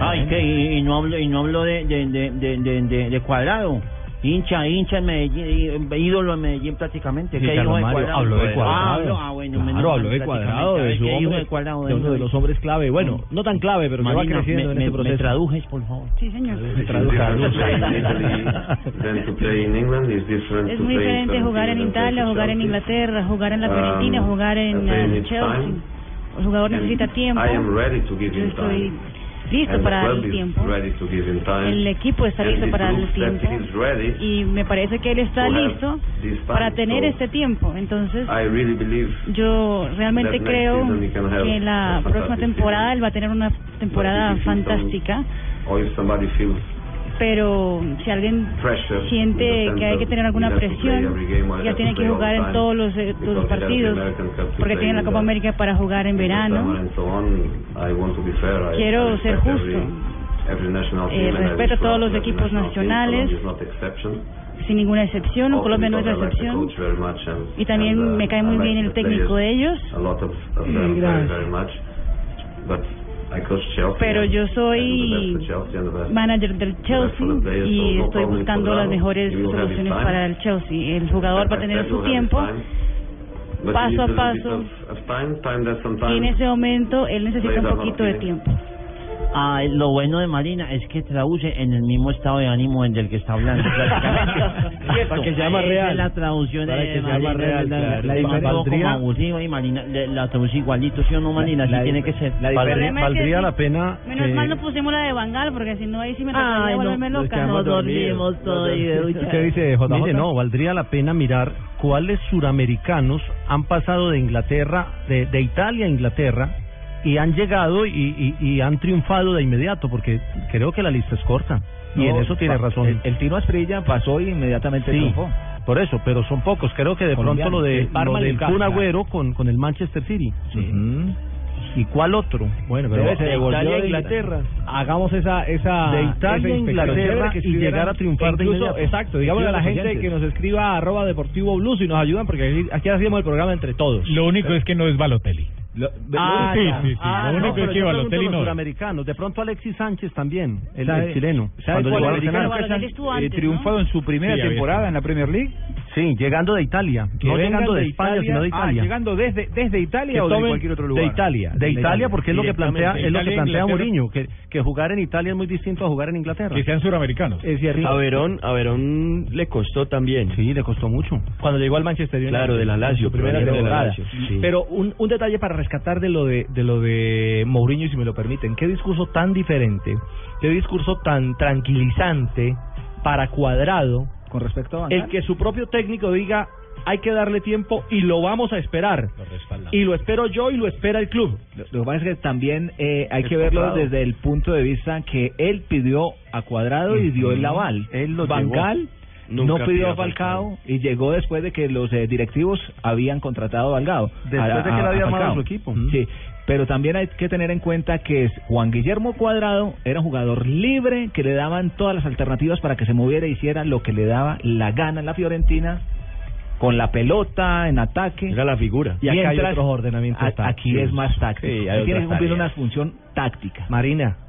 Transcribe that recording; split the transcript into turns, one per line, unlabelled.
Ay, que y, y no hablo, y no hablo de, de, de, de, de, de- de cuadrado. Hincha, hincha en Medellín, í- ídolo en Medellín prácticamente.
Sí,
¿Qué dijo
Carlos
de
Mario,
cuadrado?
habló de
Ah,
Cuadrado.
habló, ah, bueno, menos
claro,
mal,
habló de
prácticamente.
cuadrado,
A ver,
de su
¿qué dijo
hombre,
de cuadrado?
de uno de
Marina,
los hombres clave. Bueno, no tan clave, pero que va
me-
creciendo en
me-
este
me
proceso.
tradujes, por favor.
Sí, señor.
Me traduce.
It's different to play in Italy than to play in England. It's different
Es
to
muy
play in
diferente jugar en
Argentina than
Italia,
play
jugar en
in Chelsea.
Inglaterra, jugar en la Fiorentina,
Um,
jugar en
I think
eh,
it's
Chelsea.
time.
El jugador
And
necesita tiempo.
I am ready to give
Yo
him
estoy
time.
listo
And
para
the
dar
club
el
is
tiempo.
ready to give him time.
El equipo está
And
listo
it
para darle
looks
tiempo.
that he's ready.
Y me parece que él está
to have
listo
this time.
para tener
So,
este tiempo. Entonces,
I really believe
yo realmente
that next
creo
season we can have
que
a
la
fantastic
próxima temporada
season.
él va a tener una temporada
Like, if you don't-
fantástica.
or if somebody feels
Pero si alguien
pressure,
siente que hay que tener alguna presión, ya tiene que jugar en todos los, eh, todos los partidos, porque tiene la Copa América para jugar en verano.
Quiero ser justo.
Eh, respeto a todos los equipos nacionales. Sin ninguna excepción, Colombia no es la excepción. Y también
uh,
me cae muy bien el técnico de ellos.
Gracias.
Pero yo soy manager del Chelsea y estoy buscando las mejores soluciones para el Chelsea. El jugador va a tener su tiempo. paso a paso. Y en ese momento él necesita un poquito de tiempo.
Ah, lo bueno de Marina es que traduce en el mismo estado de ánimo en del que está hablando. prácticamente. ¿Cierto?
Para que sea más
Esa
real.
es la traducción
Para
de
que sea
Marina,
más real,
La,
claro.
la-
La
un poco
valdría-
abusiva y Marina le- la traduce igualito, ¿sí o no, Marina? Así
La-
tiene que ser.
la
El
valdría,
problema es que
valdría
sí.
la pena.
Menos
que-
mal no pusimos la de Bangal, porque si no ahí sí me tocaría
Ay, no,
volverme
nos
loca.
quedamos
nos
dormidos.
dormimos todo y de ducha.
¿Qué dice JJ?
Dice, no, valdría la pena mirar cuáles suramericanos han pasado de Inglaterra, de, de Italia a Inglaterra, y han llegado y, y- y han triunfado de inmediato, porque creo que la lista es corta. y en
No,
eso tiene
pa-
razón.
El, el Tino Asprilla pasó y inmediatamente
Sí,
triunfó.
por eso, pero son pocos. Creo que de
Colombiano,
pronto lo,
el
de,
Parma
lo
le
del
encanta.
Kun Agüero con, con el Manchester City.
Ujú.
¿Y cuál otro?
Bueno, pero
Debe
se
ser
devolvió
Italia a
de-
Inglaterra.
Hagamos esa esa
De Italia
esa
a
inspección.
Inglaterra
Chévere
y
estuvieran-
llegar a triunfar de
incluso,
inmediato.
Exacto, digámosle a la
Escriban
gente
los oyentes.
que nos escriba a arroba deportivo blues y nos ayudan porque aquí, aquí hacemos el programa entre todos.
Lo único es que no es Balotelli.
Lo- de-
Ah,
sí,
ya.
sí, sí.
Ah,
lo
no,
único
pero
es que
yo pregunto
Balotelli
los
no.
suramericanos. De pronto Alexis Sánchez también, el,
¿Sabe-
el chileno.
¿Sabe
cuando
cuál
llegó al
americano
Arsenal.
que Balotelli estuvo antes, ¿no?
triunfó en su primera
Sí, había
temporada en la Premier League?
Sí, llegando de Italia.
Que
no
vengan
llegando de, España, sino de
Ah,
Italia.
llegando desde, desde
Que
Italia o de
tomen-
cualquier otro lugar.
De Italia, de, Italia, porque es lo que plantea,
Directamente.
es lo que
e
Italia,
plantea
Inglaterra.
Mourinho, que, que jugar en Italia es muy distinto a jugar en Inglaterra.
Que sean suramericanos.
Es cierto.
A Verón, a Verón le costó también.
Sí, le costó mucho.
cuando llegó al Manchester United.
Claro, de la Lazio,
en su primera
primero de la
temporada.
Lazio, sí.
Pero un, un detalle para rescatar de lo de, de lo de Mourinho, si me lo permiten. Qué discurso tan diferente, qué discurso tan tranquilizante para Cuadrado. Con respecto a El que su propio técnico diga, hay que darle tiempo y lo vamos a esperar.
Lo respaldan.
Y lo espero yo y lo espera el club.
Lo, lo que pasa es que también eh, hay que
Es
verlo
cuadrado.
desde el punto de vista que él pidió a Cuadrado y dio el aval.
Él lo
Bangal
Nunca
no pidió
pidió
a Falcao y llegó después de que los eh, directivos habían contratado a Falcao.
Después
a-
de que él
a-
había
a
armado
Falcao.
su equipo.
Sí, pero también hay que tener en cuenta que es Juan Guillermo Cuadrado era un jugador libre que le daban todas las alternativas para que se moviera y hiciera lo que le daba la gana en la Fiorentina con la pelota en ataque.
Era la figura.
Y acá hay
Mientras-
otros ordenamientos
A- aquí
tácticos.
es más táctico.
Sí, hay
Tiene
otras
que cumplir
tareas.
una función táctica.
Marina,